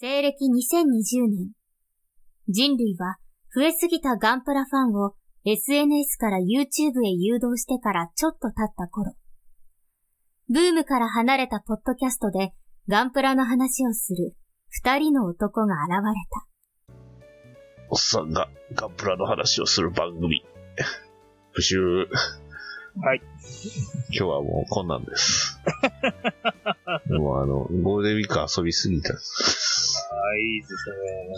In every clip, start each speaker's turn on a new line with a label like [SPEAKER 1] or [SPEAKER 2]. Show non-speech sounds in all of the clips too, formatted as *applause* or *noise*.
[SPEAKER 1] 西暦2020年。人類は増えすぎたガンプラファンを SNS から YouTube へ誘導してからちょっと経った頃。ブームから離れたポッドキャストでガンプラの話をする二人の男が現れた。
[SPEAKER 2] おっさんがガンプラの話をする番組。 *laughs* 復習。
[SPEAKER 3] はい。
[SPEAKER 2] 今日はもうこんなん
[SPEAKER 3] *laughs*
[SPEAKER 2] です。もうあの、ゴールデンウィーク遊びすぎた。
[SPEAKER 3] あ、いいです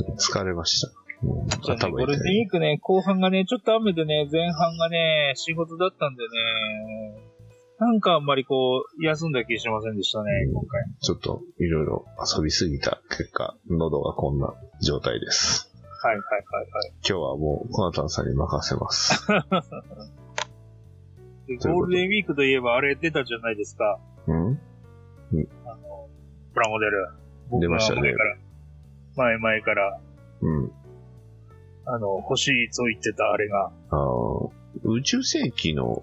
[SPEAKER 3] ね。
[SPEAKER 2] 疲れました。もう
[SPEAKER 3] じゃあね、
[SPEAKER 2] 頭
[SPEAKER 3] ゴール
[SPEAKER 2] 痛
[SPEAKER 3] デ
[SPEAKER 2] い。
[SPEAKER 3] ンウィークね、後半がね、ちょっと雨でね、前半がね、仕事だったんでね、なんかあんまりこう、休んだ気しませんでしたね、今回。
[SPEAKER 2] ちょっといろいろ遊びすぎた結果、喉がこんな状態です。
[SPEAKER 3] はいはいはいはい。
[SPEAKER 2] 今日はもうコナタンさんに任せ
[SPEAKER 3] *laughs*
[SPEAKER 2] ます。とい
[SPEAKER 3] で
[SPEAKER 2] うこと
[SPEAKER 3] ゴールデンウィークといえばあれ出たじゃないですか、
[SPEAKER 2] うん
[SPEAKER 3] プラモデル。僕
[SPEAKER 2] 出ましたね
[SPEAKER 3] は前から。前々から、
[SPEAKER 2] うん。
[SPEAKER 3] あの、欲しいと言ってたあれが。
[SPEAKER 2] あの宇宙世紀の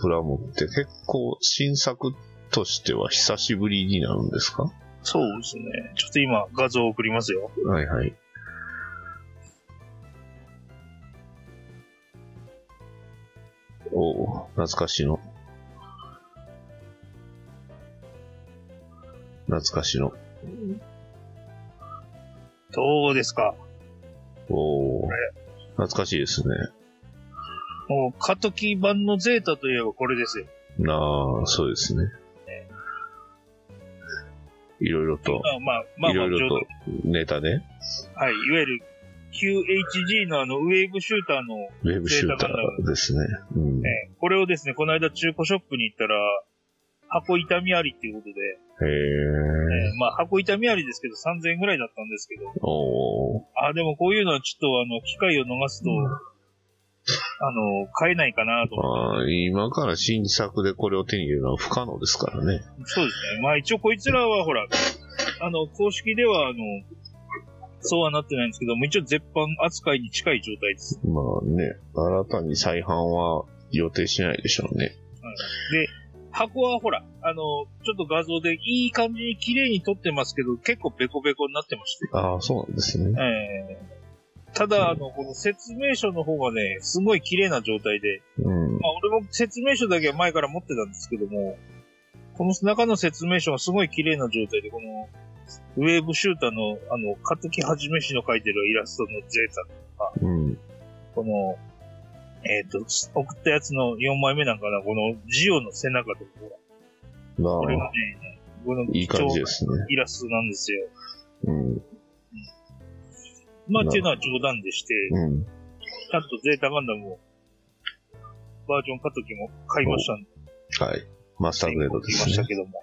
[SPEAKER 2] プラモって結構新作としては久しぶりになるんですか
[SPEAKER 3] そうですね。ちょっと今、画像送りますよ。
[SPEAKER 2] はいはい。おお、懐かしの。懐かしの。
[SPEAKER 3] どうですか
[SPEAKER 2] おお
[SPEAKER 3] これ、
[SPEAKER 2] 懐かしいですね。
[SPEAKER 3] もう、カトキ版のゼータといえばこれですよ。
[SPEAKER 2] なあ、そうですね。いろいろと、
[SPEAKER 3] まあまあ、まあ、
[SPEAKER 2] いろい
[SPEAKER 3] ちょ
[SPEAKER 2] ろ
[SPEAKER 3] うど
[SPEAKER 2] とネタね。
[SPEAKER 3] はい、いわゆる QHG のあのウェーブシューターの、
[SPEAKER 2] ウェブシューターですね。うん。へ
[SPEAKER 3] えーこれをですね、この間中古ショップに行ったら、箱痛みありっていうことで、
[SPEAKER 2] え。
[SPEAKER 3] えーまあ箱痛みありですけど3000円ぐらいだったんですけど、
[SPEAKER 2] おお。
[SPEAKER 3] あー、でもこういうのはちょっとあの、機会を逃すと、
[SPEAKER 2] うん
[SPEAKER 3] あの、買えないかなと思って。
[SPEAKER 2] まあ、今から新作でこれを手に入れるのは不可能ですからね。
[SPEAKER 3] そうですね。まあ一応こいつらはほら、あの、公式ではあの、そうはなってないんですけども、一応絶版扱いに近い状態です。
[SPEAKER 2] まあね、新たに再販は予定しないでしょうね。
[SPEAKER 3] で、箱はほら、あの、ちょっと画像でいい感じに綺麗に撮ってますけど、結構ベコベコになってまして。
[SPEAKER 2] ああ、そうなんですね。
[SPEAKER 3] えーただ、あの、この説明書の方がね、すごい綺麗な状態で、
[SPEAKER 2] うん。
[SPEAKER 3] まあ俺も説明書だけは前から持ってたんですけども、この中の説明書がすごい綺麗な状態で、この、ウェーブシューターの、あの、カトキはじめしの描いてるイラストのゼータ
[SPEAKER 2] うん。
[SPEAKER 3] この、えっ、と、送ったやつの4枚目なんかな、このジオの背中とか、
[SPEAKER 2] ま
[SPEAKER 3] これが
[SPEAKER 2] あ、
[SPEAKER 3] ね、この
[SPEAKER 2] いい感じで
[SPEAKER 3] 貴
[SPEAKER 2] すね
[SPEAKER 3] 重。なイラストなんですよ。
[SPEAKER 2] うん。なるほど
[SPEAKER 3] まあ、っていうのは冗談でして、
[SPEAKER 2] うん。
[SPEAKER 3] ちゃんとゼータガンダムを、バージョンカトキも買いましたんで、
[SPEAKER 2] はい。マスターグレードで
[SPEAKER 3] 言いますした
[SPEAKER 2] ね。
[SPEAKER 3] けども。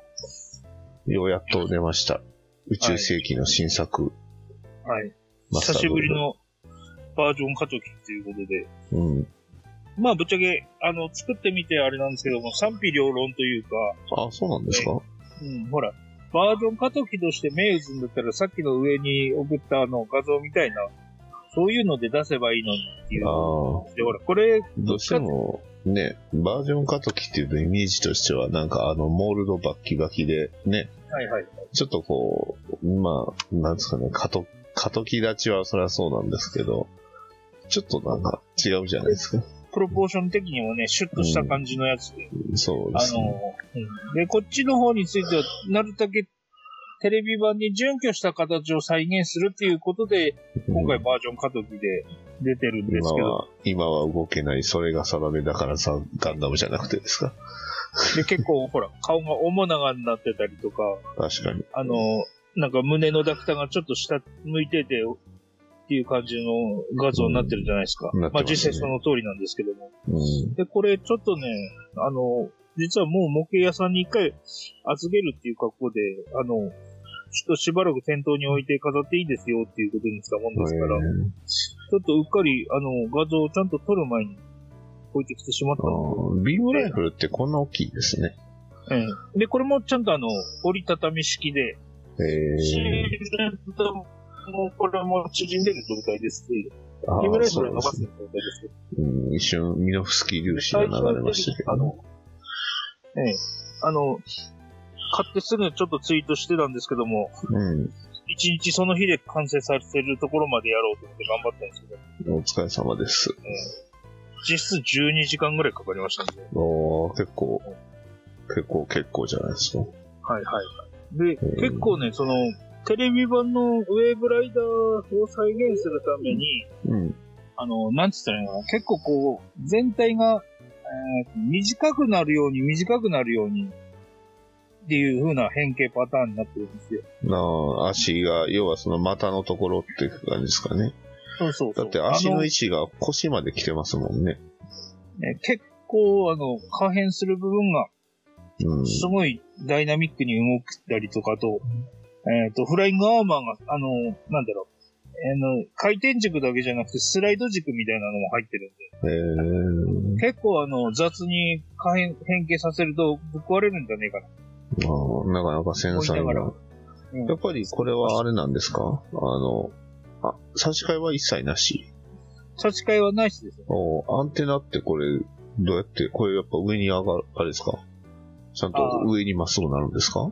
[SPEAKER 2] ようやっと出ました。宇宙世紀の新作、
[SPEAKER 3] はい。
[SPEAKER 2] マス
[SPEAKER 3] 久
[SPEAKER 2] タ
[SPEAKER 3] し
[SPEAKER 2] ー
[SPEAKER 3] ぶ
[SPEAKER 2] グレ
[SPEAKER 3] り
[SPEAKER 2] ード。
[SPEAKER 3] のバージョンカトキということで、
[SPEAKER 2] うん。
[SPEAKER 3] まあ、ぶっちゃけ、あの、作ってみてあれなんですけども、賛否両論というか、
[SPEAKER 2] あ、そうなんですか
[SPEAKER 3] うん、ほら、バージョンカトキとして目打つんだったら、さっきの上に送ったあの画像みたいな、そういうので出せばいいのにっていう
[SPEAKER 2] あ。あ。
[SPEAKER 3] で、ほら、これ、
[SPEAKER 2] どうしても、ね、バージョンカトキっていうとイメージとしては、なんかあの、モールドバッキバキで、ね、
[SPEAKER 3] はいはい。
[SPEAKER 2] ちょっとこう、まあ、なんですかね、過渡、過渡期立ちはそりゃそうなんですけど、ちょっとなんか違うじゃないですか。
[SPEAKER 3] プロポーション的にもね、シュッとした感じのやつで。
[SPEAKER 2] そうで
[SPEAKER 3] あ
[SPEAKER 2] すね。
[SPEAKER 3] の、うんで、こっちの方については、なるだけテレビ版に準拠した形を再現するっていうことで、今回
[SPEAKER 2] うん
[SPEAKER 3] バージョンカトキで出てるんです
[SPEAKER 2] 今
[SPEAKER 3] けど、
[SPEAKER 2] は、今は動けない、それが定めだからさ、ガンダムじゃなくてですか。
[SPEAKER 3] で、結構ほら、顔が面長になってたりとか、
[SPEAKER 2] 確かに。
[SPEAKER 3] あの、なんか胸のダクタがちょっと下向いてて、っていう感じの画像になってるじゃないですか。
[SPEAKER 2] うんなって
[SPEAKER 3] ま
[SPEAKER 2] ますね
[SPEAKER 3] あ実際その通りなんですけども。
[SPEAKER 2] うん。
[SPEAKER 3] で、これちょっとね、あの、実はもう模型屋さんに一回預けるっていう格好で、あの、ちょっとしばらく店頭に置いて飾っていいですよっていうことにしたもんですから、
[SPEAKER 2] えー
[SPEAKER 3] ちょっとうっかり、あの、画像をちゃんと撮る前に置いてきてしまった
[SPEAKER 2] あ
[SPEAKER 3] の
[SPEAKER 2] ービームライフルってこんな大きいですね。
[SPEAKER 3] ええで、これもちゃんとあの、折りたたみ式で、
[SPEAKER 2] え
[SPEAKER 3] もうこれも縮んでる状態ですし、
[SPEAKER 2] ー、あ
[SPEAKER 3] ビブレ
[SPEAKER 2] ー
[SPEAKER 3] ース
[SPEAKER 2] そ
[SPEAKER 3] を
[SPEAKER 2] う
[SPEAKER 3] 伸
[SPEAKER 2] で
[SPEAKER 3] ば
[SPEAKER 2] す
[SPEAKER 3] す
[SPEAKER 2] ね
[SPEAKER 3] 状態ですけど
[SPEAKER 2] うん、一瞬、ミノフスキー粒子が流れましたけど
[SPEAKER 3] あ
[SPEAKER 2] ね、
[SPEAKER 3] の、ええ、あの、買ってすぐちょっとツイートしてたんですけども、
[SPEAKER 2] うん。
[SPEAKER 3] い一日その日で完成させるところまでやろうと思って頑張ったんですけど、
[SPEAKER 2] お疲れ様です。
[SPEAKER 3] 実質12時間ぐらいかかりましたんで。
[SPEAKER 2] おー結構、結構結構じゃないですか。
[SPEAKER 3] はいはいはい。で、
[SPEAKER 2] うん
[SPEAKER 3] 結構ね、その、テレビ版のウェーブライダーを再現するために、
[SPEAKER 2] うん。
[SPEAKER 3] あの、なんつったらいいのかな、結構こう、全体が、えー短くなるように短くなるように、っていう風な変形パターンになってるんですよ。
[SPEAKER 2] なあ、足が、要はその股のところっていう感じですかね。
[SPEAKER 3] そうそう
[SPEAKER 2] だって足
[SPEAKER 3] あ
[SPEAKER 2] の
[SPEAKER 3] の
[SPEAKER 2] 位置が腰まで来てますもんね。
[SPEAKER 3] ね結構、あの、可変する部分が、
[SPEAKER 2] うん。
[SPEAKER 3] すごいダイナミックに動くたりとかあと、えっ、と、フライングアーマーが、あの、なんだろう、あの、回転軸だけじゃなくてスライド軸みたいなのも入ってるん
[SPEAKER 2] えー、
[SPEAKER 3] で、結構あの、雑に可変、変形させるとぶっ壊れるんじゃねえかな。
[SPEAKER 2] まあ、なかなか繊細
[SPEAKER 3] 思いな
[SPEAKER 2] な。
[SPEAKER 3] うん
[SPEAKER 2] やっぱりこれはあれなんですかあの、あ、差し替えは一切なし。
[SPEAKER 3] 差し替えはないしですよ。
[SPEAKER 2] おアンテナってこれ、どうやって、これやっぱ上に上がる、あれですかちゃんと
[SPEAKER 3] あー
[SPEAKER 2] 上にまっすぐなるんですか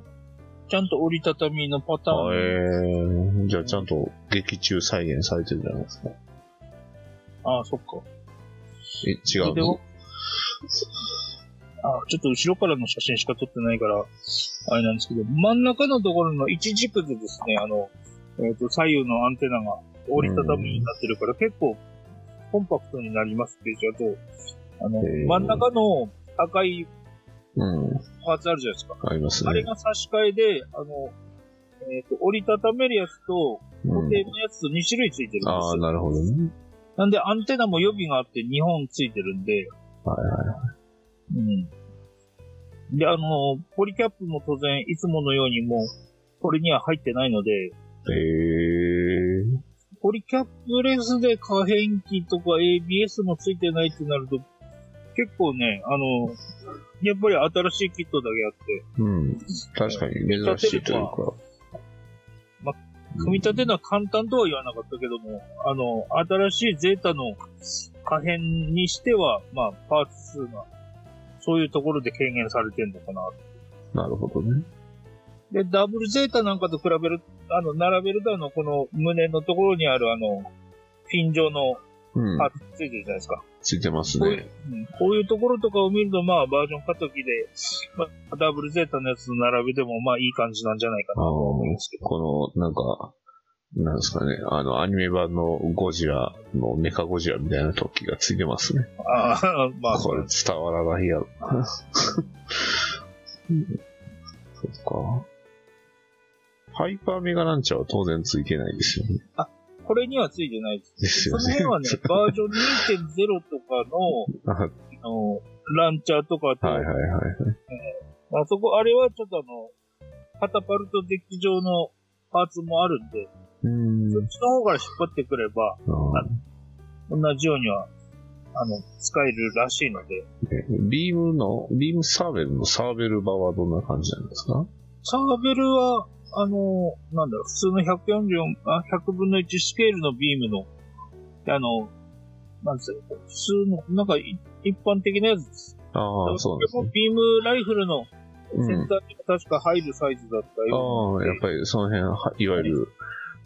[SPEAKER 3] ちゃんと折りたたみのパター
[SPEAKER 2] あ
[SPEAKER 3] ン。
[SPEAKER 2] えー、じゃあちゃんと劇中再現されてるじゃないですか。
[SPEAKER 3] ああ、そっか。
[SPEAKER 2] え、違う
[SPEAKER 3] で
[SPEAKER 2] の
[SPEAKER 3] もああ、ちょっと後ろからの写真しか撮ってないから、あれなんですけど、真ん中のところの一軸でですね、あの、えっ、と、左右のアンテナが折りたたみになってるから、結構、コンパクトになりますっていう人と、あの、
[SPEAKER 2] へー
[SPEAKER 3] 真ん中の赤い
[SPEAKER 2] うん、
[SPEAKER 3] パーツあるじゃないですか。
[SPEAKER 2] あります
[SPEAKER 3] あれ
[SPEAKER 2] ね。
[SPEAKER 3] が差し替えで、あの、えっ、と、折りたためるやつと、
[SPEAKER 2] う
[SPEAKER 3] 固
[SPEAKER 2] ん、
[SPEAKER 3] 定のやつと2種類ついてるんですよ。
[SPEAKER 2] ああ、なるほどね。
[SPEAKER 3] なんでアンテナも予備があって2本ついてるんで。
[SPEAKER 2] はい
[SPEAKER 3] はい。うん。で、あの、ポリキャップも当然いつものようにもう、これには入ってないので、
[SPEAKER 2] えー、
[SPEAKER 3] ポリキャップレスで可変機とか ABS もついてないってなると、結構ね、あの、やっぱり新しいキットだけあって、
[SPEAKER 2] うん、確かに珍しいというか。
[SPEAKER 3] ま組み立てのは簡単とは言わなかったけども、あの、新しいゼータの可変にしては、まあ、パーツ数が、そういうところで軽減されてんのかな
[SPEAKER 2] なるほどね。
[SPEAKER 3] で、ダブルゼータなんかと比べる、あの、並べるとあの、この胸のところにあるあの、ピン状の
[SPEAKER 2] うん、
[SPEAKER 3] パーツついてるじゃないですか。
[SPEAKER 2] ついてます
[SPEAKER 3] こう
[SPEAKER 2] ね
[SPEAKER 3] い。ううんこういうところとかを見ると、まあ、バージョン過渡期で、まあ、ダブルゼータのやつと並べても、まあ、いい感じなんじゃないか
[SPEAKER 2] あ
[SPEAKER 3] な
[SPEAKER 2] あ
[SPEAKER 3] と思うんですけど。
[SPEAKER 2] この、なんか、なんですかね、あの、アニメ版のゴジラのメカゴジラみたいな突起がついてますね。
[SPEAKER 3] ああ、 *laughs* まあ、
[SPEAKER 2] これ伝わらないやろな。そっか。ハイパーメガランチャーは当然ついてないですよね。
[SPEAKER 3] これにはついてないです。
[SPEAKER 2] です
[SPEAKER 3] そ
[SPEAKER 2] よ
[SPEAKER 3] の辺
[SPEAKER 2] ね。
[SPEAKER 3] はね、バージョン2.0とかの、
[SPEAKER 2] は
[SPEAKER 3] あの、ランチャーとかと、
[SPEAKER 2] いはいはいはい。
[SPEAKER 3] あそこ、あれはちょっとあの、カタパルトデッキ上のパーツもあるんで、
[SPEAKER 2] うーん。
[SPEAKER 3] そっちの方から引っ張ってくれば、
[SPEAKER 2] あ
[SPEAKER 3] 同じようには、あの、使えるらしいので、
[SPEAKER 2] ーえビームの、ビームサーベルのサーベル場はどんな感じなんですか
[SPEAKER 3] サーベルは、あの、なんだろう、普通の144、あ、100分の1スケールのビームの、あの、なんつうの、普通の、なんかい一般的なやつです。
[SPEAKER 2] ああ、そうなんで
[SPEAKER 3] ビームライフルの
[SPEAKER 2] す
[SPEAKER 3] セ
[SPEAKER 2] ね。う
[SPEAKER 3] ン
[SPEAKER 2] ん。
[SPEAKER 3] ターに確か入るサイズだったよ
[SPEAKER 2] あ
[SPEAKER 3] う
[SPEAKER 2] あ、
[SPEAKER 3] な
[SPEAKER 2] や
[SPEAKER 3] の
[SPEAKER 2] っ
[SPEAKER 3] で、
[SPEAKER 2] ぱりその辺は、いわゆる、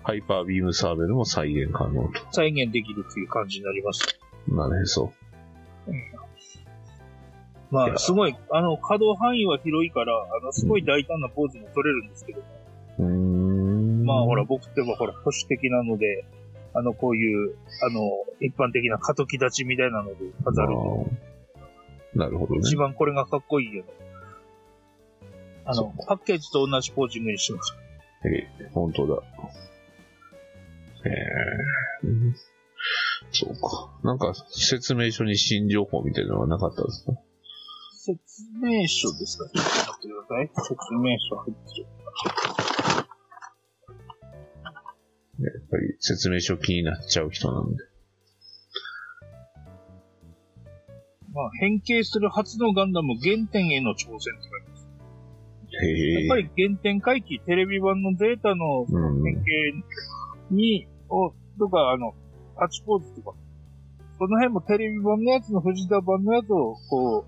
[SPEAKER 2] ハイパービームサーベルも再現可能と。
[SPEAKER 3] 再現できるっていう感じになります。
[SPEAKER 2] なるへそ。い
[SPEAKER 3] まあ、
[SPEAKER 2] や
[SPEAKER 3] すごい、あの、可動範囲は広いから、あの、すごい大胆なポーズも取れるんですけど、
[SPEAKER 2] うーん。
[SPEAKER 3] まあほら、僕ってばほら、保守的なので、あの、こういう、あの、一般的な過渡期立ちみたいなので飾る。
[SPEAKER 2] あーなるほどね。
[SPEAKER 3] 一番これがかっこいいよね。あ
[SPEAKER 2] そ
[SPEAKER 3] の、パッケージと同じポージングにしました。
[SPEAKER 2] えー本当だ。えーうんそうか。なんか、説明書に新情報みたいなのはなかったですか
[SPEAKER 3] 説明書ですかちょっと待ってください。説明書入ってる。
[SPEAKER 2] やっぱり説明書気になっちゃう人なんで。
[SPEAKER 3] まあ、変形する初のガンダム原点への挑戦って書いてます
[SPEAKER 2] へえ。
[SPEAKER 3] やっぱり原点回帰、テレビ版のデータの
[SPEAKER 2] うん。
[SPEAKER 3] 変形に、を、とか、あの、タッチポーズとか、その辺もテレビ版のやつの藤田版のやつを、こう、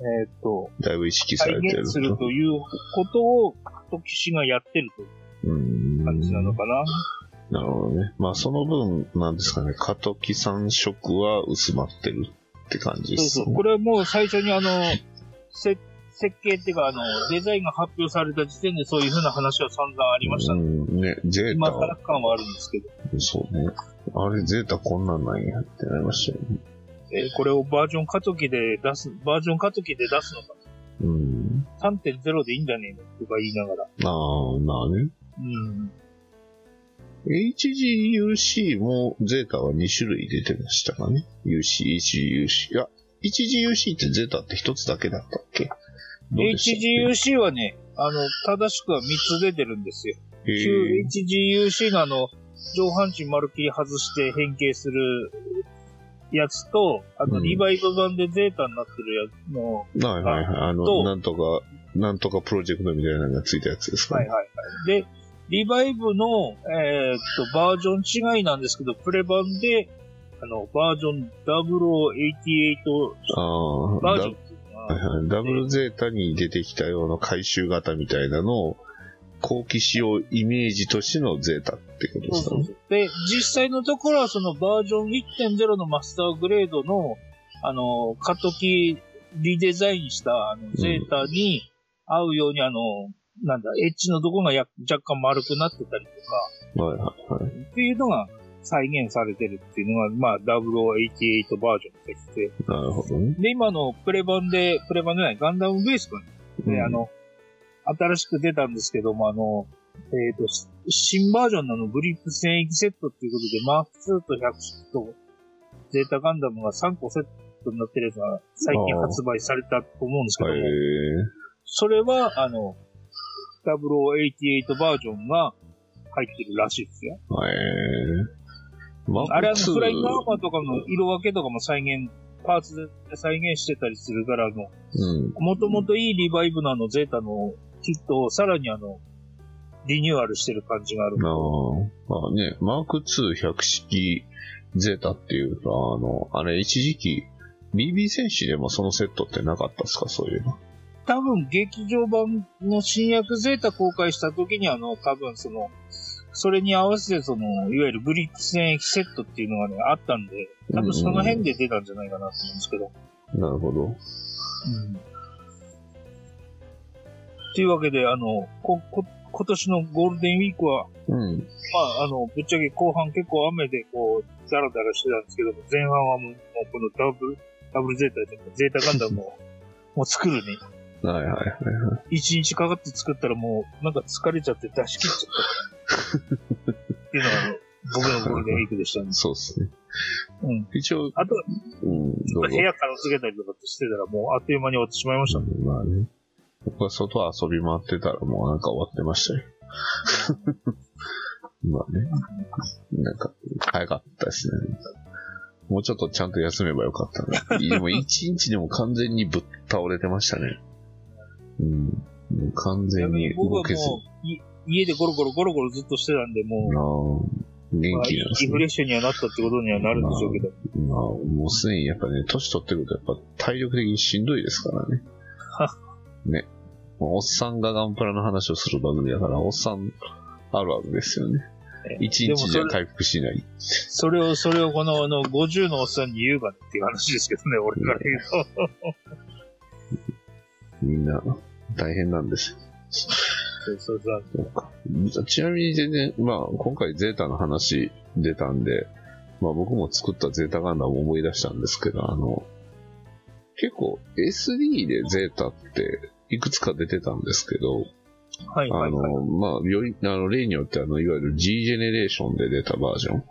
[SPEAKER 3] えーっと、
[SPEAKER 2] だいぶ意識さ
[SPEAKER 3] 再
[SPEAKER 2] れてる
[SPEAKER 3] 現するということを、と、騎士がやってるという。
[SPEAKER 2] うん。
[SPEAKER 3] 感じなのかな。
[SPEAKER 2] なるほどね。まあ、その分、なんですかね、過渡期3色は薄まってるって感じで
[SPEAKER 3] そう
[SPEAKER 2] す、
[SPEAKER 3] そ
[SPEAKER 2] ね。
[SPEAKER 3] う。これはもう最初にあの、せ設計っていうか、あの、デザインが発表された時点でそういう風な話は散々ありましたね。
[SPEAKER 2] うん、ね、ゼー
[SPEAKER 3] 今更
[SPEAKER 2] タ、
[SPEAKER 3] 感はあるんですけど、
[SPEAKER 2] そうね。あれ、ゼータこんなんなんやってなりましたよね。
[SPEAKER 3] えーこれをバージョン過渡期で出す、バージョン過渡期で出すのか、
[SPEAKER 2] うん。
[SPEAKER 3] 3.0でいいんじゃねえのとか言いながら。
[SPEAKER 2] ああ、まあね。
[SPEAKER 3] うん。
[SPEAKER 2] HGUC もゼータは2種類出てましたかね。UC、HGUC。あ、HGUC ってゼータって1つだけだったっけ
[SPEAKER 3] HGUC はね、あの、正しくは3つ出てるんですよ。旧 HGUC のあの、上半身丸っきり外して変形するやつと、あ
[SPEAKER 2] う
[SPEAKER 3] と
[SPEAKER 2] ん
[SPEAKER 3] リバイブ版でゼータになってるやつの、
[SPEAKER 2] はいはいはい。あの、
[SPEAKER 3] と
[SPEAKER 2] なんとか、なんとかプロジェクトみたいなのがついたやつですか
[SPEAKER 3] はい
[SPEAKER 2] ね。
[SPEAKER 3] はいはい。で、リバイブの、えーっと、バージョン違いなんですけど、プレ版で、あの、バージョン
[SPEAKER 2] あ
[SPEAKER 3] 0088
[SPEAKER 2] あ、
[SPEAKER 3] バージョンっていうの
[SPEAKER 2] だ
[SPEAKER 3] は、
[SPEAKER 2] はいはいダブルゼータに出てきたような回収型みたいなのを、後期仕様イメージとしてのゼータってことで
[SPEAKER 3] そう
[SPEAKER 2] すか
[SPEAKER 3] そう
[SPEAKER 2] ね。
[SPEAKER 3] そう。で、実際のところはそのバージョン1.0のマスターグレードの、あの、過渡期リデザインした、あの、ゼータに合うように、あの、なんだ、エッジのところがや若干丸くなってたりとか、
[SPEAKER 2] はいはいはい。
[SPEAKER 3] っていうのが再現されてるっていうのが、まあ、0088バージョンとして。
[SPEAKER 2] なるほどね。
[SPEAKER 3] で、今のプレ版で、プレ版じゃない、ガンダムベース版で、
[SPEAKER 2] うん
[SPEAKER 3] あ、の、新しく出たんですけども、あの、えっ、と、し新バージョンのあのグリップ戦役セットっていうことで、マーク2と100式とゼータガンダムが3個セットになってるやつが最近発売されたと思うんですけど
[SPEAKER 2] は
[SPEAKER 3] も、
[SPEAKER 2] い。
[SPEAKER 3] それは、あの、0088バージョンが入ってるらしいですよ。
[SPEAKER 2] はい。マ
[SPEAKER 3] あれは
[SPEAKER 2] ックス
[SPEAKER 3] フライングアーマーとかの色分けとかも再現、パーツで再現してたりするから、あの、
[SPEAKER 2] うん。
[SPEAKER 3] もともといいリバイブのあのゼータのキットをさらにあの、リニューアルしてる感じがある。
[SPEAKER 2] あーまあね、マーク2100式ゼータっていうか、あの、あれ一時期、BB 戦士でもそのセットってなかったっすかそういうの。
[SPEAKER 3] 多分劇場版の新薬ゼータ公開した時にあの、多分その、それに合わせてその、いわゆるグリップ戦役セットっていうのがね、あったんで、多分その辺で出たんじゃないかなと思うんですけど。
[SPEAKER 2] なるほど。
[SPEAKER 3] というわけで、あの、こ、こ、今年のゴールデンウィークは、
[SPEAKER 2] うん。
[SPEAKER 3] まあ、あの、ぶっちゃけ後半結構雨でこう、ダラダラしてたんですけども、前半はもう、もうこのダブル、ダブルゼータじゃない、ゼータガンダム
[SPEAKER 2] *laughs*
[SPEAKER 3] を、もう作るね。
[SPEAKER 2] はいはいはい。
[SPEAKER 3] 一日かかって作ったらもう、なんか疲れちゃって出し切っちゃった。っていうのがあの、僕のゴールデンウィークでしたね。
[SPEAKER 2] そうですね。
[SPEAKER 3] うん。
[SPEAKER 2] 一応、
[SPEAKER 3] あと、
[SPEAKER 2] うん、どう
[SPEAKER 3] 部
[SPEAKER 2] ぞ。
[SPEAKER 3] 屋からつけたりとかってしてたらもう、あっという間に終わってしまいましたね。
[SPEAKER 2] まあね。僕は外遊び回ってたらもうなんか終わってま *laughs* したよ。まあね。なんか、早かったですね。もうちょっとちゃんと休めばよかったな。 *laughs* でも一日でも完全にぶっ倒れてましたね。うん。もう完全に
[SPEAKER 3] 僕
[SPEAKER 2] 動
[SPEAKER 3] は
[SPEAKER 2] けず。
[SPEAKER 3] もう、い家でゴロゴロゴロゴロずっとしてたんで、も
[SPEAKER 2] ああ、
[SPEAKER 3] う、
[SPEAKER 2] 元
[SPEAKER 3] まあ
[SPEAKER 2] 気なんです
[SPEAKER 3] リフ
[SPEAKER 2] ね。
[SPEAKER 3] レッシュにはなったってことにはなるんでしょうけど。
[SPEAKER 2] まあ、もうすでにやっぱね、年取ってくるとやっぱ体力的にしんどいですからね。ね。もうおっさんがガンプラの話をする番組だから、おっさんあるあるですよね。一
[SPEAKER 3] でも
[SPEAKER 2] 日
[SPEAKER 3] そ
[SPEAKER 2] じ
[SPEAKER 3] れ
[SPEAKER 2] ゃ回復しない。
[SPEAKER 3] それを、それをこの、あの、50のおっさんに言うかっていう話ですけどね、俺から言うと。
[SPEAKER 2] みんな大変なんですよ
[SPEAKER 3] そうそうそう
[SPEAKER 2] ちなみに全然、まあ、今回ゼータの話出たんで、まあ僕も作ったゼータガンダムを思い出したんですけど、あの、結構 SD でゼータっていくつか出てたんですけど、
[SPEAKER 3] はいは
[SPEAKER 2] あ *laughs*
[SPEAKER 3] いはい。
[SPEAKER 2] の、まあ、より、あの、例によってあの、いわゆる G ジェネレーションで出たバージョン。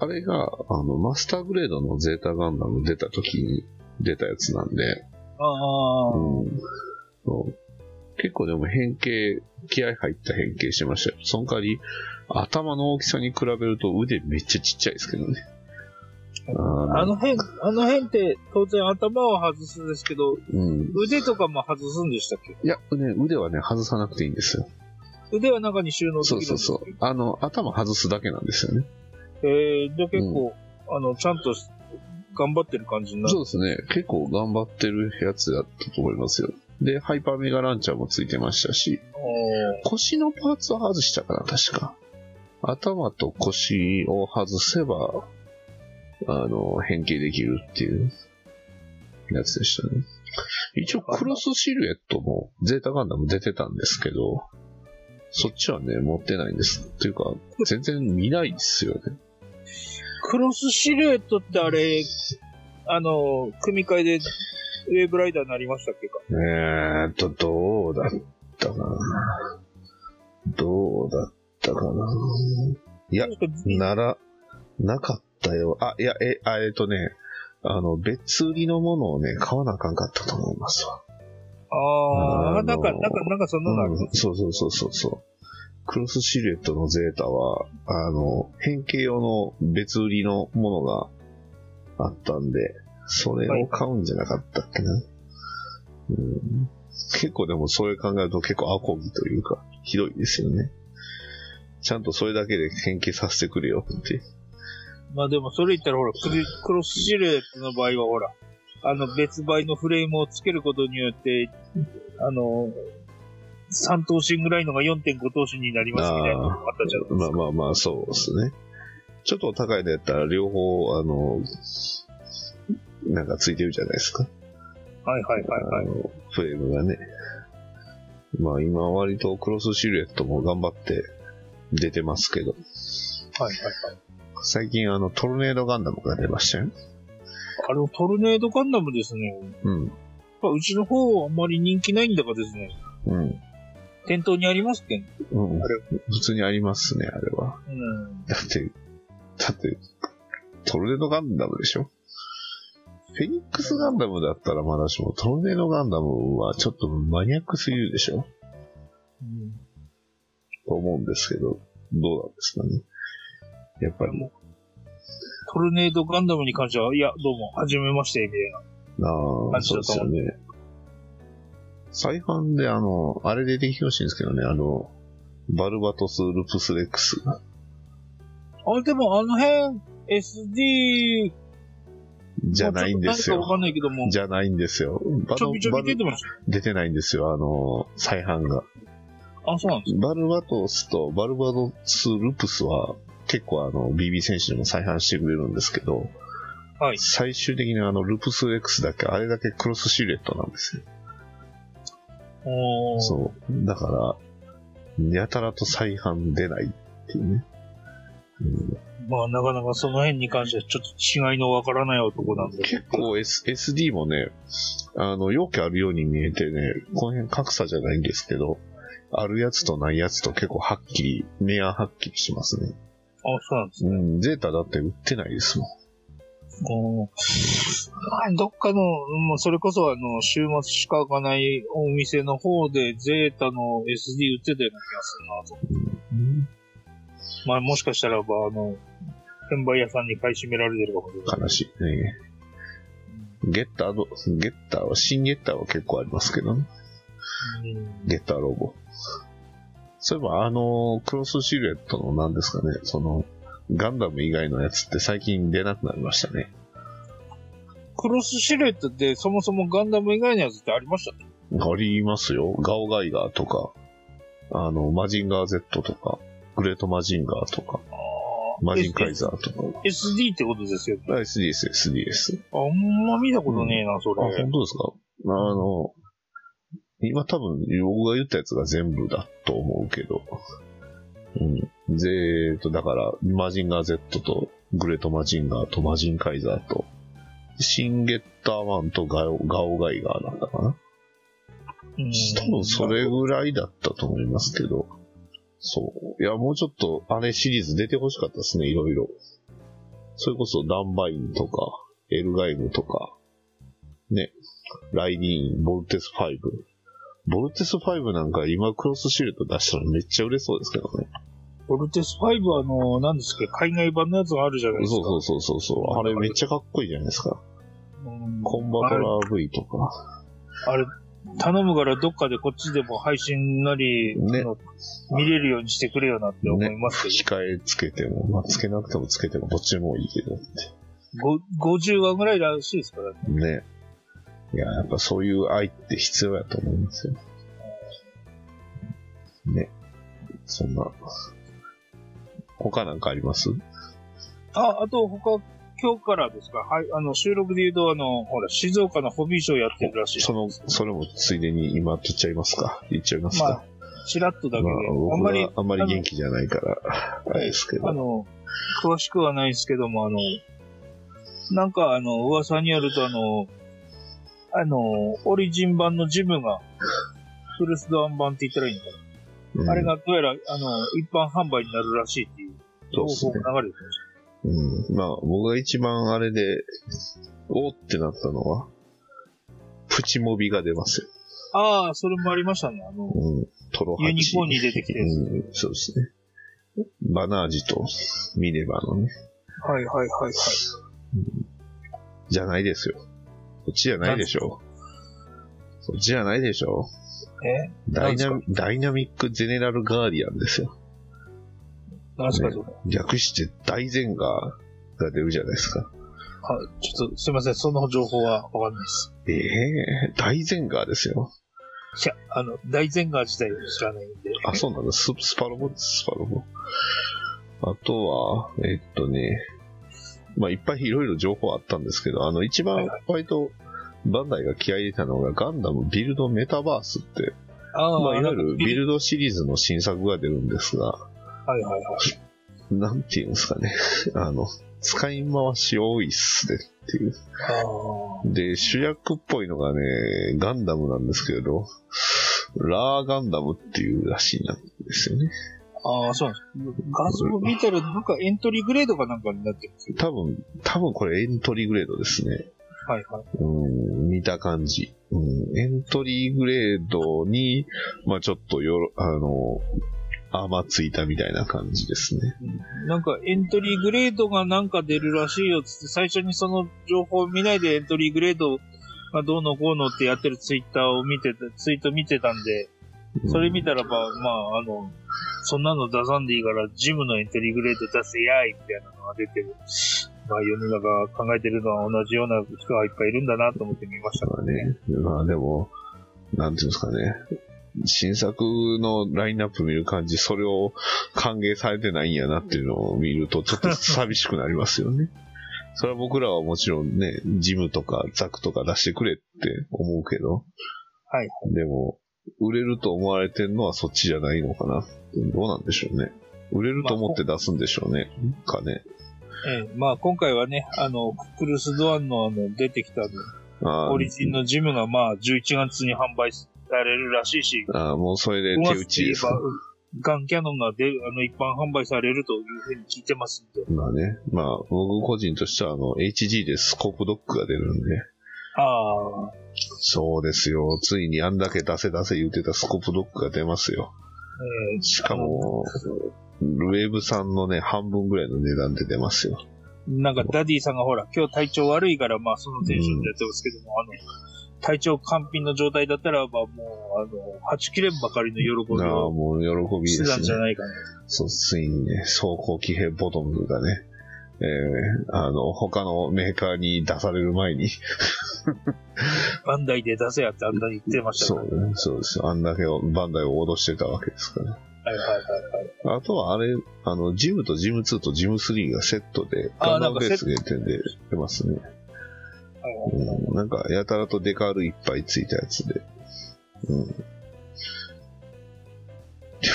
[SPEAKER 2] あれが、あの、マスターグレードのゼータガンダム出た時に出たやつなんで、
[SPEAKER 3] ああ、
[SPEAKER 2] うんそう結構でも変形、気合入った変形してましたよ。その代わり、頭の大きさに比べると腕めっちゃちっちゃいですけどね。
[SPEAKER 3] あ
[SPEAKER 2] あの、
[SPEAKER 3] の辺、あの辺って当然頭を外すんですけど、
[SPEAKER 2] うん。
[SPEAKER 3] 腕とかも外すんでしたっけ
[SPEAKER 2] いや、ね、腕はね、外さなくていいんですよ。
[SPEAKER 3] 腕は中に収納でき
[SPEAKER 2] そ
[SPEAKER 3] る
[SPEAKER 2] う
[SPEAKER 3] んです
[SPEAKER 2] そうそう。あの、頭外すだけなんですよね。
[SPEAKER 3] えー、じゃあ結構、あの、ちゃんと頑張ってる感じになる。
[SPEAKER 2] そうですね。結構頑張ってるやつだったと思いますよ。で、ハイパーメガランチャーもついてましたし、腰のパーツは外したかな、確か。頭と腰を外せば、あの、変形できるっていうやつでしたね。一応、クロスシルエットも、ゼータガンダム出てたんですけど、そっちはね、持ってないんです。っていうか、全然見ないですよね。
[SPEAKER 3] クロスシルエットってあれ、あの、組み替えで、ウェーブライダーになりましたっけか
[SPEAKER 2] えーっと、どうだったかな。どうだったかな。いや
[SPEAKER 3] 確か
[SPEAKER 2] なら、なかったよ。あ、いや、え、あ、えっとね、あの、別売りのものをね、買わなあかんかったと思いますわ。
[SPEAKER 3] あ
[SPEAKER 2] あ
[SPEAKER 3] あ、
[SPEAKER 2] の
[SPEAKER 3] なんか、なんか、なんかそんなのある、
[SPEAKER 2] うん、そうそうそうそうそう。クロスシルエットのゼータは、あの、変形用の別売りのものがあったんで、それを買うんじゃなかったっけな。うん、結構でもそれ考えると結構アコギというか、ひどいですよね。ちゃんとそれだけで変形させてくれよって。
[SPEAKER 3] まあでもそれ言ったらほら、クリクロスシルエットの場合はほら、あの別売のフレームをつけることによって、あの、3等身ぐらいのが4.5等身になりますみたいなのがあったじゃないですか。
[SPEAKER 2] まあまあまあ、そうですね。ちょっとお高いのやったら、両方、あの、なんかついてるじゃないですか。
[SPEAKER 3] はいはいはいはい。
[SPEAKER 2] あの、フレームがね。まあ今割とクロスシルエットも頑張って出てますけど、
[SPEAKER 3] はいはいはい。
[SPEAKER 2] 最近あのトルネードガンダムが出ましたよ。
[SPEAKER 3] あのトルネードガンダムですね。
[SPEAKER 2] うん。
[SPEAKER 3] まあうちの方はあんまり人気ないんだがですね、
[SPEAKER 2] うん。
[SPEAKER 3] 店頭にありますけん。
[SPEAKER 2] うん
[SPEAKER 3] あれ。
[SPEAKER 2] 普通にありますね、あれは。
[SPEAKER 3] うん。
[SPEAKER 2] だって、だって、トルネードガンダムでしょフェニックスガンダムだったらまだしも、トルネードガンダムはちょっとマニアックすぎるでしょ
[SPEAKER 3] うん
[SPEAKER 2] と思うんですけど、どうなんですかね。やっぱり、
[SPEAKER 3] トルネードガンダムに関しては、いや、どうも、はじめまして、みたいな。
[SPEAKER 2] ああ、
[SPEAKER 3] あ
[SPEAKER 2] そ
[SPEAKER 3] そうう
[SPEAKER 2] で
[SPEAKER 3] ですす
[SPEAKER 2] よ
[SPEAKER 3] よ
[SPEAKER 2] ね。再販で、あの、あれ出てきてほしいんですけどね、あの、バルバトス・ルプス・レックス。
[SPEAKER 3] あ、でもあの辺、SD
[SPEAKER 2] じゃないんです
[SPEAKER 3] もうちょ
[SPEAKER 2] よ。
[SPEAKER 3] っと何かわかんないけども、
[SPEAKER 2] じゃないんですよ。バ
[SPEAKER 3] ちょびちょび出て
[SPEAKER 2] バ
[SPEAKER 3] ました。
[SPEAKER 2] ル出てないんですよ、あの、再販が。
[SPEAKER 3] あ、そうなんです
[SPEAKER 2] バルバトスとバルバトス・ルプスは、結構あの、BB 選手でも再販してくれるんですけど、
[SPEAKER 3] はい
[SPEAKER 2] 最終的にあの、ルプス・レックスだけ、あれだけクロスシルエットなんですよ
[SPEAKER 3] か。おー
[SPEAKER 2] そう。だから、やたらと再販出ないっていうね。うん
[SPEAKER 3] まあ、なかなかその辺に関しては、ちょっと違いのわからない男なんで。
[SPEAKER 2] 結構、S、SD もね、あの、容器あるように見えてね、この辺格差じゃないんですけど、あるやつとないやつと結構はっきり、目がはっきりしますね。
[SPEAKER 3] あ、そうなんです
[SPEAKER 2] う
[SPEAKER 3] ね。
[SPEAKER 2] ん、ゼータだって売ってないですもん。
[SPEAKER 3] おーまあどっかの、もうそれこそ、あの、週末しか開かないお店の方で、ゼータの SD 売ってたような気がするなと。まあ、もしかしたらば、あの、転売屋さんに買い占められてるかもしれない。
[SPEAKER 2] 悲しいね。ゲッターの、ゲッターは、新ゲッターは結構ありますけどね。
[SPEAKER 3] うん
[SPEAKER 2] ゲッターロボ。そういえば、あの、クロスシルエットの何ですかね、その、ガンダム以外のやつって最近出なくなりましたね。
[SPEAKER 3] クロスシルエットって、そもそもガンダム以外のやつってありましたね。
[SPEAKER 2] ありますよ。ガオガイガーとか、あの、マジンガー Z とか、グレートマジンガーとか、マジンカイザーとか。
[SPEAKER 3] SD ってことですよね。
[SPEAKER 2] あ SDS、SDS。
[SPEAKER 3] あんま見たことねえな、そ
[SPEAKER 2] あ、
[SPEAKER 3] れ。
[SPEAKER 2] 本当ですかあの、今多分、僕が言ったやつが全部だと思うけど。うん。ぜーと、だから、マジンガー Z と、グレートマジンガーと、マジンカイザーと、シンゲッター1とガオガオガイガーなんだかな。
[SPEAKER 3] うん
[SPEAKER 2] 多分それぐらいだったと思いますけど。そう。いや、もうちょっと、あれシリーズ出てほしかったですね、いろいろ。それこそ、ダンバインとか、エルガイムとか、ね、ライディーン、ボルテス5。ボルテス5なんか今クロスシールド出したらめっちゃ売れそうですけどね。
[SPEAKER 3] ボルテス5はあの、何ですっけ、海外版のやつがあるじゃないですか。
[SPEAKER 2] そうそうそうそうそう。あれめっちゃかっこいいじゃないですか。
[SPEAKER 3] うん
[SPEAKER 2] コンバトラー V とか。
[SPEAKER 3] あれ、頼むからどっかでこっちでも配信なり、
[SPEAKER 2] ね
[SPEAKER 3] あの見れるようにしてくれよなって思いますけど、
[SPEAKER 2] 控えつけても、まあ、つけなくてもつけてもどっちでもいいけどって。
[SPEAKER 3] ご50話ぐらいらしいですからね。
[SPEAKER 2] ね。いや、やっぱそういう愛って必要やと思いますよ。ね。そんな。他なんかあります
[SPEAKER 3] あ、あと他、今日からですかはい、あの、収録で言うと、あの、ほら、静岡のホビーショーやってるらしい。
[SPEAKER 2] その、それもついでに今言っちゃいますか言っちゃいます
[SPEAKER 3] ま
[SPEAKER 2] か
[SPEAKER 3] あ、ちらっとだけで。
[SPEAKER 2] まあ、僕
[SPEAKER 3] あんまり
[SPEAKER 2] は、あんまり元気じゃないから、あれですけ
[SPEAKER 3] あ
[SPEAKER 2] ど。
[SPEAKER 3] の、詳しくはないですけども、あの、なんか、あの、噂によると、あの、あの、オリジン版のジムが、フルスドアン版って言ったらいいのかな。
[SPEAKER 2] うん
[SPEAKER 3] あれ。が、どうやら、あの、一般販売になるらしいっていう、
[SPEAKER 2] そう
[SPEAKER 3] 情
[SPEAKER 2] です
[SPEAKER 3] 報
[SPEAKER 2] ね
[SPEAKER 3] が流れてまし
[SPEAKER 2] うん。まあ、僕が一番あれで、おーってなったのは、プチモビが出ますよ。
[SPEAKER 3] た。ああ、それもありましたね。あの、
[SPEAKER 2] うん。トロハチ。
[SPEAKER 3] ユニコーンに出てきて。
[SPEAKER 2] うん、そうですね。バナージとミネバのね。
[SPEAKER 3] はいはいはいはい。
[SPEAKER 2] じゃないですよ。こっちじゃないでしょ。そっちじゃないでしょ。
[SPEAKER 3] え
[SPEAKER 2] ダイナ
[SPEAKER 3] なん
[SPEAKER 2] ダイナミック・ゼネラル・ガーディアンですよ。
[SPEAKER 3] 何すか、
[SPEAKER 2] ね
[SPEAKER 3] それ。
[SPEAKER 2] 略して大ゼンガーが出るじゃないですか。
[SPEAKER 3] はい。ちょっと、すいません。その情報はわかんないです。
[SPEAKER 2] ええ大ゼンガーですよ。
[SPEAKER 3] いや、あの、大ゼンガー自体を知らないんで。
[SPEAKER 2] あ、そうなんだ。ススパロボです、スパロボ。あとは、えっとね、まあ、いっぱいいろいろ情報あったんですけど、あの、一
[SPEAKER 3] は
[SPEAKER 2] 番
[SPEAKER 3] いは、
[SPEAKER 2] 割と、バンダイが気合い入れたのが、ガンダムビルドメタバースって、
[SPEAKER 3] あ
[SPEAKER 2] まあ、いわゆ
[SPEAKER 3] なん
[SPEAKER 2] る
[SPEAKER 3] か
[SPEAKER 2] ビルドシリーズの新作が出るんですが、
[SPEAKER 3] はいはいはい。
[SPEAKER 2] なんていうんですかね。 *laughs* あの、使い回し多いっすねっていう。
[SPEAKER 3] ああ。
[SPEAKER 2] で、主役っぽいのがね、ガンダムなんですけれど、ラーガンダムっていうらしいなんですよね。
[SPEAKER 3] ああ、そうなんです。画像を見たら、なんかエントリーグレードかなんかになってるんですよ。
[SPEAKER 2] 多分、多分これエントリーグレードですね。
[SPEAKER 3] はいはい。
[SPEAKER 2] うん、見た感じ。うん、エントリーグレードに、まあちょっとよろ、あの、甘ついたみたいな感じですね。
[SPEAKER 3] なんかエントリーグレードがなんか出るらしいよっつって、最初にその情報を見ないでエントリーグレードがどうのこうのってやってるツイッターを見てた、ツイート見てたんで、
[SPEAKER 2] うん
[SPEAKER 3] それ見たらば、まあ、あの、そんなの出さんでいいから、ジムのエントリーグレード出せやいみたいなのが出てる。まあ、世の中考えてるのは同じような人がいっぱいいるんだなと思って見ました
[SPEAKER 2] だ
[SPEAKER 3] か
[SPEAKER 2] からら
[SPEAKER 3] ね。
[SPEAKER 2] ね、まあでも、なんていうんですかね、新作のラインナップ見る感じ、それを歓迎されてないんやなっていうのを見ると、ちょっと寂しくなりますよね。 *laughs* それは僕らはもちろんね、ジムとかザクとか出してくれって思うけど、
[SPEAKER 3] はい。
[SPEAKER 2] でも、売れると思われてるのはそっちじゃないのかな。どうなんでしょうね。売れると思って出すんでしょうね。かね。
[SPEAKER 3] ええ、まあ、今回はね、あの、クルスドアンのあの出てきたあの
[SPEAKER 2] あー
[SPEAKER 3] オリジンのジムがまあ11月に販売されるらしいし、
[SPEAKER 2] あー、もうそれで手打ちですか
[SPEAKER 3] 5月といえばガンキャノンが出るあの一般販売されるというふうに聞いてますんで。
[SPEAKER 2] まあね、まあ、僕個人としては、あの、HG でスコープドックが出るんで、
[SPEAKER 3] ああ、え
[SPEAKER 2] そうですよ、ついにあんだけ出せ出せ言ってたスコープドックが出ますよ。
[SPEAKER 3] え
[SPEAKER 2] しかも、ウェーブさんのね、半分ぐらいの値段で出ますよ。
[SPEAKER 3] なんかダディさんがほら、今日体調悪いから、まあそのテンションでやってますけども、あの、体調完璧の状態だったら、まあもう、あの、はちきれんばかりの喜び
[SPEAKER 2] ああ、
[SPEAKER 3] を
[SPEAKER 2] もう喜び
[SPEAKER 3] して
[SPEAKER 2] で
[SPEAKER 3] たんじ
[SPEAKER 2] す
[SPEAKER 3] ゃ
[SPEAKER 2] ね。
[SPEAKER 3] ないかな。
[SPEAKER 2] そう、ついにね、走行機兵ボトムがね、えー、あの、他のメーカーに出される前に、
[SPEAKER 3] バンダイで出せやってあんなに言ってました
[SPEAKER 2] そ
[SPEAKER 3] から。
[SPEAKER 2] うね、そうですよ。あんだけバンダイを脅してたわけですから。
[SPEAKER 3] はいはいはいはい。
[SPEAKER 2] あとはあれ、あの、ジムとジム2とジム3がセットで、
[SPEAKER 3] あ
[SPEAKER 2] ガ
[SPEAKER 3] ー
[SPEAKER 2] ンダムレース
[SPEAKER 3] な
[SPEAKER 2] 限定で出ますね。うん、なんか、やたらとデカールいっぱいついたやつで。うん。で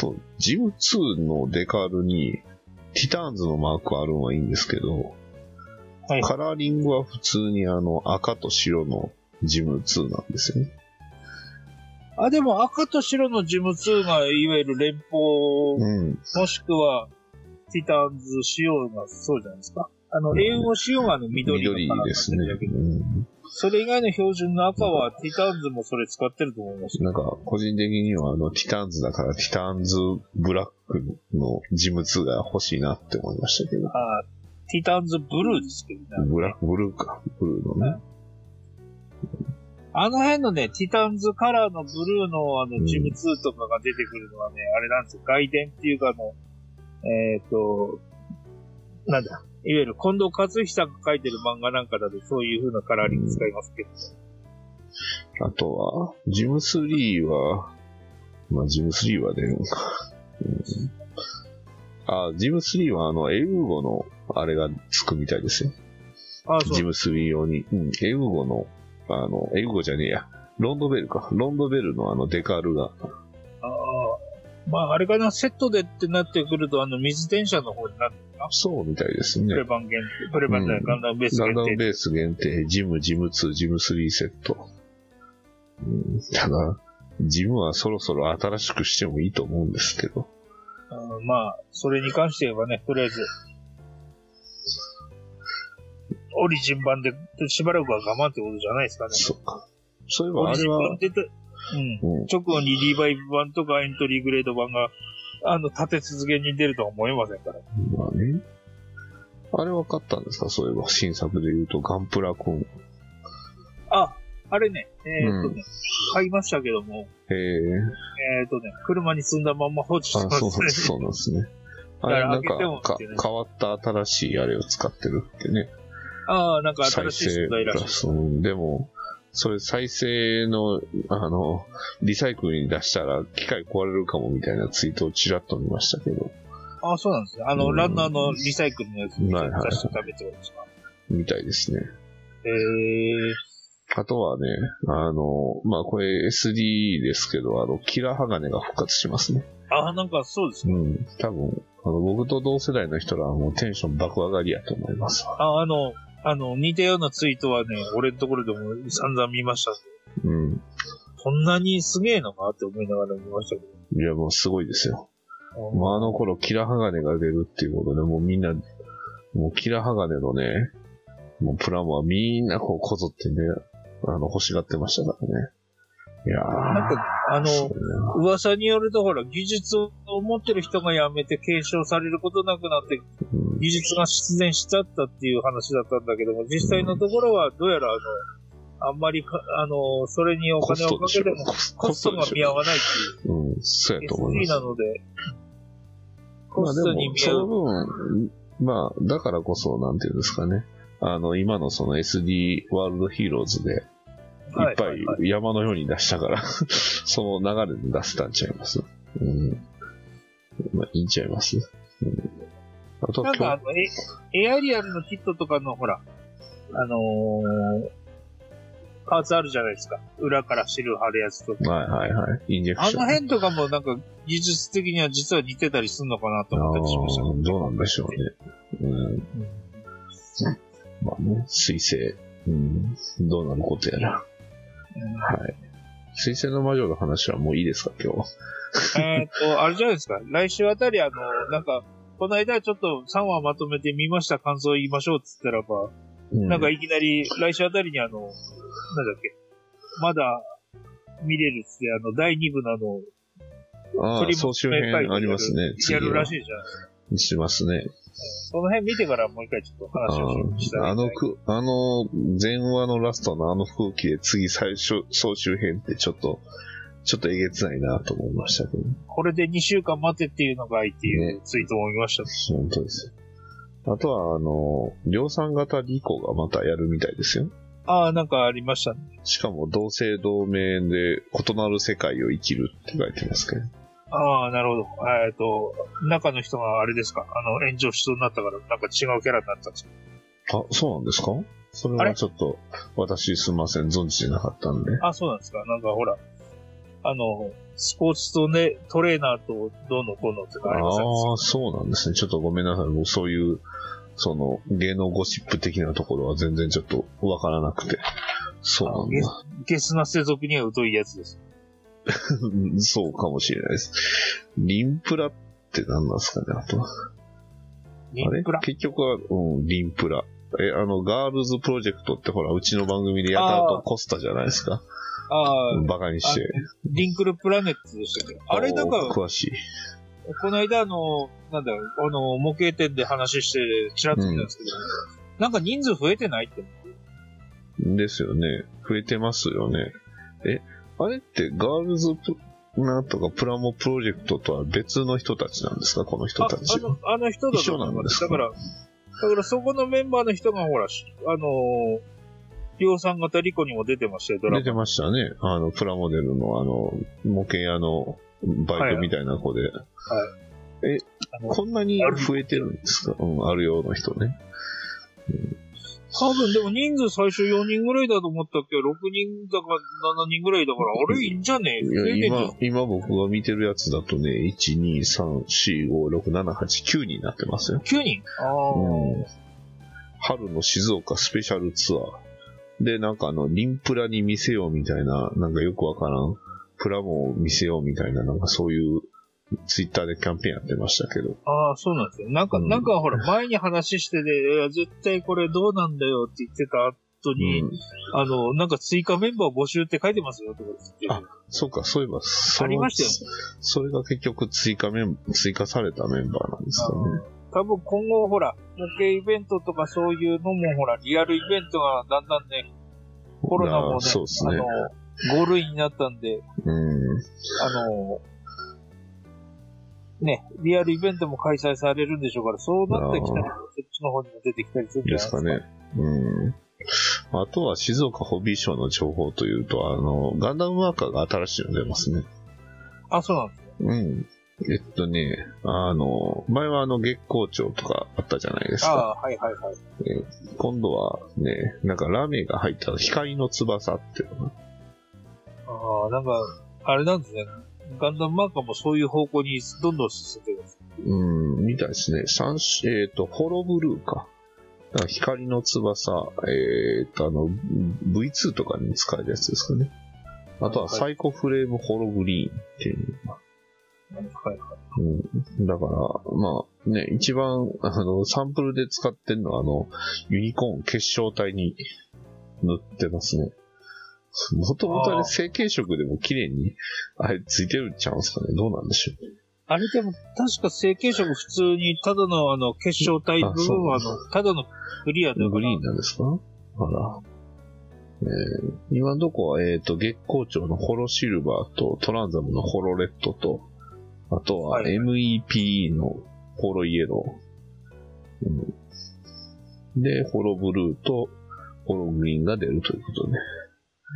[SPEAKER 2] も、ジム2のデカールに、ティターンズのマークあるのはいいんですけど、
[SPEAKER 3] はい
[SPEAKER 2] カラーリングは普通にあの、赤と白のジム2なんですよね。
[SPEAKER 3] あ、でも赤と白のジム2が、いわゆる連邦、
[SPEAKER 2] うん。
[SPEAKER 3] もしくは、ティターンズ仕様がそうじゃないですか。あの、英語仕様があの緑の
[SPEAKER 2] 緑
[SPEAKER 3] カラ
[SPEAKER 2] で
[SPEAKER 3] ーになって
[SPEAKER 2] すね。
[SPEAKER 3] るだけで
[SPEAKER 2] うん。
[SPEAKER 3] それ以外の標準の赤は、ティターンズもそれ使ってると思います。
[SPEAKER 2] なんか、個人的には、あの、ティターンズだから、ティターンズブラックのジム2が欲しいなって思いましたけど。
[SPEAKER 3] あーティターンズブルーですけどね。
[SPEAKER 2] ブラック、ブルーか。ブルーのね。
[SPEAKER 3] あの辺のね、ティターンズカラーのブルーのあ
[SPEAKER 2] う
[SPEAKER 3] の、
[SPEAKER 2] ん
[SPEAKER 3] ジム2とかが出てくるのはね、あれなんですよ。外伝っていうかあの、えっ、と、なんだ、いわゆる近藤克久が書いてる漫画なんかだとそういう風なカラーリング使いますけど。
[SPEAKER 2] あとは、ジム3は、まあ、ジム3は出るのか。うんあ、ジム3はあの、エウーゴの、あれがつくみたいですよ。
[SPEAKER 3] ああ、そ
[SPEAKER 2] ジ
[SPEAKER 3] う。
[SPEAKER 2] ム3用に。うん、エウーゴの、あの、エウーゴじゃねえや。ロンドベルか。ロンドベルのあの、デカールが。
[SPEAKER 3] ああ。まあ、あれかな、セットでってなってくると、あの、水電車の方になって、
[SPEAKER 2] そうみたいです
[SPEAKER 3] プ
[SPEAKER 2] ね
[SPEAKER 3] レ。バン限定、プレバンじゃない、
[SPEAKER 2] うん
[SPEAKER 3] ガンダムベース
[SPEAKER 2] ガン
[SPEAKER 3] 限
[SPEAKER 2] ダム
[SPEAKER 3] 定。
[SPEAKER 2] ベース限定、ジム、ジム2、ジム3セット。うん、ただ、ジムはそろそろ新しくしてもいいと思うんですけど。
[SPEAKER 3] うんまあ、それに関してはね、とりあえず、オリジン版で、しばらくは我慢ってことじゃないですかね。
[SPEAKER 2] そうか。そういえば
[SPEAKER 3] オ
[SPEAKER 2] あ
[SPEAKER 3] リジ
[SPEAKER 2] れ
[SPEAKER 3] ン
[SPEAKER 2] は、
[SPEAKER 3] 版出て、うん。
[SPEAKER 2] うん、
[SPEAKER 3] 直後にリバイブ版とかエントリーグレード版が、あの、立て続けに出るとは思えませんから。
[SPEAKER 2] まあね。あれは買ったんですかそういえば、新作で言うと、ガンプラコン。
[SPEAKER 3] あ、あれね、えーっとね、
[SPEAKER 2] う
[SPEAKER 3] 買いましたけども、
[SPEAKER 2] へえ。
[SPEAKER 3] えーっとね、車に積んだまんま放置して
[SPEAKER 2] あ、
[SPEAKER 3] ます
[SPEAKER 2] そう
[SPEAKER 3] ね
[SPEAKER 2] なん。です、そうなんですね。あ
[SPEAKER 3] だか
[SPEAKER 2] れ
[SPEAKER 3] ら
[SPEAKER 2] なんか
[SPEAKER 3] 開けても
[SPEAKER 2] か
[SPEAKER 3] 見てない
[SPEAKER 2] 変わった新しいあれを使ってるってね。
[SPEAKER 3] *laughs* ああ、なんか
[SPEAKER 2] 再
[SPEAKER 3] 新しい
[SPEAKER 2] 生
[SPEAKER 3] 宿題らしい。
[SPEAKER 2] うんでも、それ再生の、あの、リサイクルに出したら機械壊れるかもみたいなツイートをちらっと見ましたけど、
[SPEAKER 3] ああ、そうなんですね。あの、
[SPEAKER 2] うん
[SPEAKER 3] ランナーのリサイクルのやつを
[SPEAKER 2] はいはい
[SPEAKER 3] 出して食べてるんですか。
[SPEAKER 2] みたいですね。
[SPEAKER 3] えー、
[SPEAKER 2] あとはね、あの、まあ、これ SD ですけど、あの、キラー鋼が復活しますね。
[SPEAKER 3] ああ、なんかそうですね。
[SPEAKER 2] うん、多分、あの、僕と同世代の人らはもうテンション爆上がりやと思いますわ。
[SPEAKER 3] ああの、あの、似たようなツイートはね、俺のところでも散々見ました。
[SPEAKER 2] うん。
[SPEAKER 3] こんなにすげえのかって思いながら見ましたけ
[SPEAKER 2] いや、もうすごいですよ。
[SPEAKER 3] ど。
[SPEAKER 2] まあ、あの頃、キラハガネが出るっていうことで、もうみんな、もうキラハガネのね、もうプラモはみんなこうこぞってね、あの、欲しがってましたからね。いやー。
[SPEAKER 3] なんか、あの、噂によるとほら、技術を持ってる人が辞めて継承されることなくなって、
[SPEAKER 2] うん
[SPEAKER 3] 技術が出現しちゃったっていう話だったんだけども、実際のところはどうやらあの、あんまりか、あの、それにお
[SPEAKER 2] コス
[SPEAKER 3] 金を
[SPEAKER 2] トで
[SPEAKER 3] か
[SPEAKER 2] し
[SPEAKER 3] け
[SPEAKER 2] ょ
[SPEAKER 3] ても、。コストが見合わないって
[SPEAKER 2] うん、そう
[SPEAKER 3] い
[SPEAKER 2] や
[SPEAKER 3] う、
[SPEAKER 2] と思い
[SPEAKER 3] SD
[SPEAKER 2] ま
[SPEAKER 3] な
[SPEAKER 2] す。
[SPEAKER 3] ので、
[SPEAKER 2] ま
[SPEAKER 3] コ
[SPEAKER 2] あ
[SPEAKER 3] ストに
[SPEAKER 2] でも、
[SPEAKER 3] 見
[SPEAKER 2] そ
[SPEAKER 3] 合
[SPEAKER 2] の
[SPEAKER 3] う。
[SPEAKER 2] 分、まあ、だからこそ、なんていうんですかね。あの、今のその SD ワールドヒーローズで、いっぱ
[SPEAKER 3] はいはい
[SPEAKER 2] い山のように出したから、 *laughs* その流れで出したんちゃいます。うん。まあ、いいんちゃいます。うん。あと
[SPEAKER 3] な
[SPEAKER 2] は
[SPEAKER 3] んかあ
[SPEAKER 2] 今
[SPEAKER 3] のエ、エアリアルのキットとかのほら、あのー、パーツあるじゃないですか。裏から汁貼るやつとか。
[SPEAKER 2] 日、はいはいはい。インジェク
[SPEAKER 3] あ
[SPEAKER 2] ション。
[SPEAKER 3] の辺とかもなんか技術的には実は似てたりするのかなと思ったりしました
[SPEAKER 2] あーどうなんでしょうね。うん。
[SPEAKER 3] けど。
[SPEAKER 2] まあね、水星。うん。どうなることやら。はい。水星の魔女の話はもういいですか、今日は。
[SPEAKER 3] えーっと、あれじゃないですか。来週あたりあの、なんか、この間ちょっと3話まとめて見ました感想言いましょうっつったらば、
[SPEAKER 2] うん
[SPEAKER 3] なんかいきなり来週あたりにあの、なんだっけ、まだ見れるっつって、あの、第2部のあの、
[SPEAKER 2] ああ、
[SPEAKER 3] 鳥
[SPEAKER 2] 総
[SPEAKER 3] も
[SPEAKER 2] 集編ありますね。
[SPEAKER 3] やるら
[SPEAKER 2] い。
[SPEAKER 3] しいじゃないですか。
[SPEAKER 2] しますね。
[SPEAKER 3] その辺見てからもう一回ちょっと
[SPEAKER 2] あ
[SPEAKER 3] 話をした
[SPEAKER 2] あ
[SPEAKER 3] い
[SPEAKER 2] あのく、あの、前話のラストのあの空気で次最初、総集編ってちょっと、ちょっとえげつないなと思いましたけど、
[SPEAKER 3] これで2週間待てっていうのがいいっていうツイートも見ましたね。
[SPEAKER 2] 本当ですよ。あとは、あの、量産型リコがまたやるみたいですよ。
[SPEAKER 3] ああ、なんかありましたね。
[SPEAKER 2] しかも、同姓同名で異なる世界を生きるって書いてますけど。
[SPEAKER 3] ああ、なるほど。えっと、中の人があれですか、あの、炎上しそうになったから、なんか違うキャラになったんですよ
[SPEAKER 2] あ、そうなんですかそれ
[SPEAKER 3] あ
[SPEAKER 2] は
[SPEAKER 3] れ
[SPEAKER 2] ちょっと、私すみません、存じてなかったんで。
[SPEAKER 3] あ、そうなんですか。なんかほら、あの、スポーツとね、トレーナーとどうのこうのってのありませんで
[SPEAKER 2] ああ、そうなんですね。ちょっとごめんなさい。もうそういう、その、芸能ゴシップ的なところは全然ちょっとわからなくて。そうなんだ。
[SPEAKER 3] すかゲスな世俗には疎いやつです。
[SPEAKER 2] そうかもしれないです。リンプラって何なんですかね、あとは。
[SPEAKER 3] リ
[SPEAKER 2] あれ
[SPEAKER 3] ンプラ。
[SPEAKER 2] 結局は、うん、リンプラ。え、あの、ガールズプロジェクトってほら、うちの番組でやった
[SPEAKER 3] あ
[SPEAKER 2] 後
[SPEAKER 3] ー
[SPEAKER 2] コスタじゃないですか。
[SPEAKER 3] ああ、
[SPEAKER 2] バカにして。
[SPEAKER 3] リンクルプラネットでしたっけあれなんか
[SPEAKER 2] お、詳しい。
[SPEAKER 3] この間、あの、なんだ、あの、模型店で話して、ちらっと見たんですけど、なんか人数増えてないって。
[SPEAKER 2] ですよね。増えてますよね。え、あれってガールズプなんとかプラモプロジェクトとは別の人たちなんですかこの人
[SPEAKER 3] あ、
[SPEAKER 2] たち
[SPEAKER 3] あ。の、あの人だと思いま。
[SPEAKER 2] 一緒なんですす
[SPEAKER 3] だ
[SPEAKER 2] か
[SPEAKER 3] から、だからそこのメンバーの人がほら、しあのー量産型リコにも出てましたよ、ドラ
[SPEAKER 2] 出
[SPEAKER 3] マ。
[SPEAKER 2] てましたね。あの、プラモデルの、あの、模型屋のバイトみたいな子で。え、
[SPEAKER 3] あの
[SPEAKER 2] こんなに増えてるんですかうん、あるような人ね。
[SPEAKER 3] 多分でも人数最初4人ぐらいだと思ったっけど、6人だか7人ぐらいだから、あれいいんじゃねえ
[SPEAKER 2] い
[SPEAKER 3] 増え
[SPEAKER 2] や
[SPEAKER 3] てんじゃん
[SPEAKER 2] 今、今僕が見てるやつだとね、1、2、3、4、5、6、7、8、9になってますよ。
[SPEAKER 3] 9人あ
[SPEAKER 2] うん春の静岡スペシャルツアー。で、なんかあの、リンプラに見せようみたいな、なんかよくわからん、プラモを見せようみたいな、なんかそういう、ツイッターでキャンペーンやってましたけど。
[SPEAKER 3] あ、ああ、そうなんですよ。なんか、
[SPEAKER 2] うん
[SPEAKER 3] なんかほら、前に話してて、いや、絶対これどうなんだよって言ってた後に、
[SPEAKER 2] うん
[SPEAKER 3] あの、なんか追加メンバー募集って書いてますよとか言って。
[SPEAKER 2] そうか、そういえば、そ
[SPEAKER 3] あ
[SPEAKER 2] の
[SPEAKER 3] りましたよね
[SPEAKER 2] それが結局追加メン、追加されたメンバーなんですかね。
[SPEAKER 3] 多分今後ほら、模型イベントとかそういうのもほら、リアルイベントがだんだんね、コロナもね、
[SPEAKER 2] そうですね。
[SPEAKER 3] あの、5類になったんで、
[SPEAKER 2] うん。
[SPEAKER 3] あの、ね、リアルイベントも開催されるんでしょうから、そうなってきたら、そっちの方にも出てきたりするんじ
[SPEAKER 2] で
[SPEAKER 3] ゃないですすか
[SPEAKER 2] か。ね。うん。あとは静岡ホビーショーの情報というと、あの、ガンダムマーカーが新しいの出ますね。
[SPEAKER 3] あ、そうなんですね。
[SPEAKER 2] うん。えっとね、あの、前はあの月光町とかあったじゃないです
[SPEAKER 3] あ
[SPEAKER 2] か。
[SPEAKER 3] あ、はいはいはい。
[SPEAKER 2] 今度はね、なんかラメが入った光の翼っていうのが
[SPEAKER 3] ああ、なんか、あれなんですね。ガンダムマーカーもそういう方向にどんどん進んでるんです。
[SPEAKER 2] うん、みたいですね。三種、えっ、と、ホロブルーか。だから光の翼、えっ、と、あの、V2 とかに使えるやつですかね。あとはサイコフレームホログリーンっていうのが。
[SPEAKER 3] はい。
[SPEAKER 2] うん、だから、まあね、一番、あの、サンプルで使ってるのは、あの、ユニコーン結晶体に塗ってますね。もともとあ
[SPEAKER 3] あ
[SPEAKER 2] れ
[SPEAKER 3] ー
[SPEAKER 2] 成型色でも綺麗に、あれついてるんちゃうんすかねどうなんでしょう
[SPEAKER 3] あれでも、確か成形色普通に、ただのあの、結晶体部分は、あ
[SPEAKER 2] あそう
[SPEAKER 3] の、ただのクリアだから。
[SPEAKER 2] グリーンなんですかあら。えー今のとこは、えっ、と、月光町のホロシルバーと、トランザムのホロレッドと、あとは
[SPEAKER 3] はい
[SPEAKER 2] MEPE のホロイエロー。うん、で、ホロブルーとホログリーンが出るということね。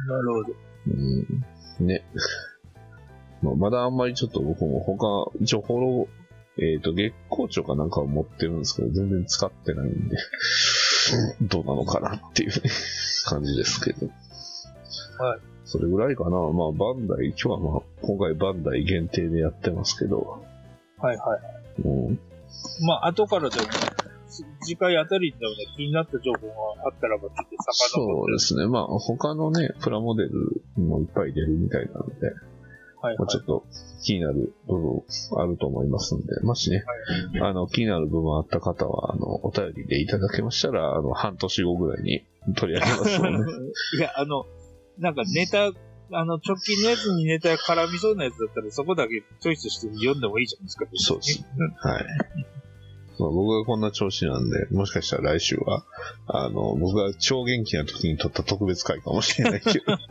[SPEAKER 3] なるほど。
[SPEAKER 2] うん、ね。 *laughs* まあ、まだあんまりちょっと僕も他、一応ホロ、えっ、と、月光町かなんかを持ってるんですけど、全然使ってないんで、どうなのかなっていうね、感じですけど。
[SPEAKER 3] はい。
[SPEAKER 2] それぐらいかな。まあ、バンダイ、今日はまあ、今回バンダイ限定でやってますけど、
[SPEAKER 3] はいはい。
[SPEAKER 2] うん、
[SPEAKER 3] まあ、後からでも、次次回あたりでもね、気になった情報があったらば、ちょっと遡
[SPEAKER 2] そ
[SPEAKER 3] っ
[SPEAKER 2] うですね。まあ、他のね、プラモデルもいっぱい出るみたいなので、
[SPEAKER 3] て、はい
[SPEAKER 2] ま
[SPEAKER 3] は
[SPEAKER 2] あ、ちょ
[SPEAKER 3] い。
[SPEAKER 2] っと気になる部分あると思いますので、もしね、あの、気になる部分あった方は、あの、お便りでいただけましたら、あの、半年後ぐらいに取り上げますので、
[SPEAKER 3] いや、あの、なんかネタ、あの、直近のやつにネタ絡みそうなやつだったら、そこだけチョイスして読んでもいいじゃないですか。
[SPEAKER 2] そうです。はい。まあ、僕がこんな調子なんで、もしかしたら来週は、あの、僕が超元気な時に撮った特別回かもしれないけど。はい。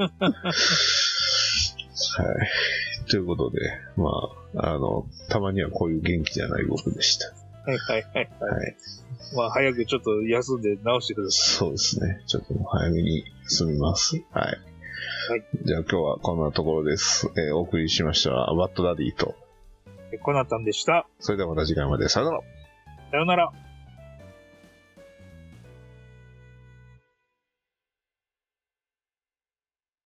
[SPEAKER 2] ということで、まあ、あの、たまにはこういう元気じゃない僕でした。
[SPEAKER 3] はいはいはい。
[SPEAKER 2] はい。
[SPEAKER 3] まあ、早くちょっと休んで直してくださ
[SPEAKER 2] そうですね。ちょっともう早めに済みます。はい。じゃあ今日はこんなところです。えーお送りしましたら、バッドダディと、
[SPEAKER 3] い。コナタンでした。
[SPEAKER 2] それではまた次回まで。さよなら。
[SPEAKER 3] さよなら。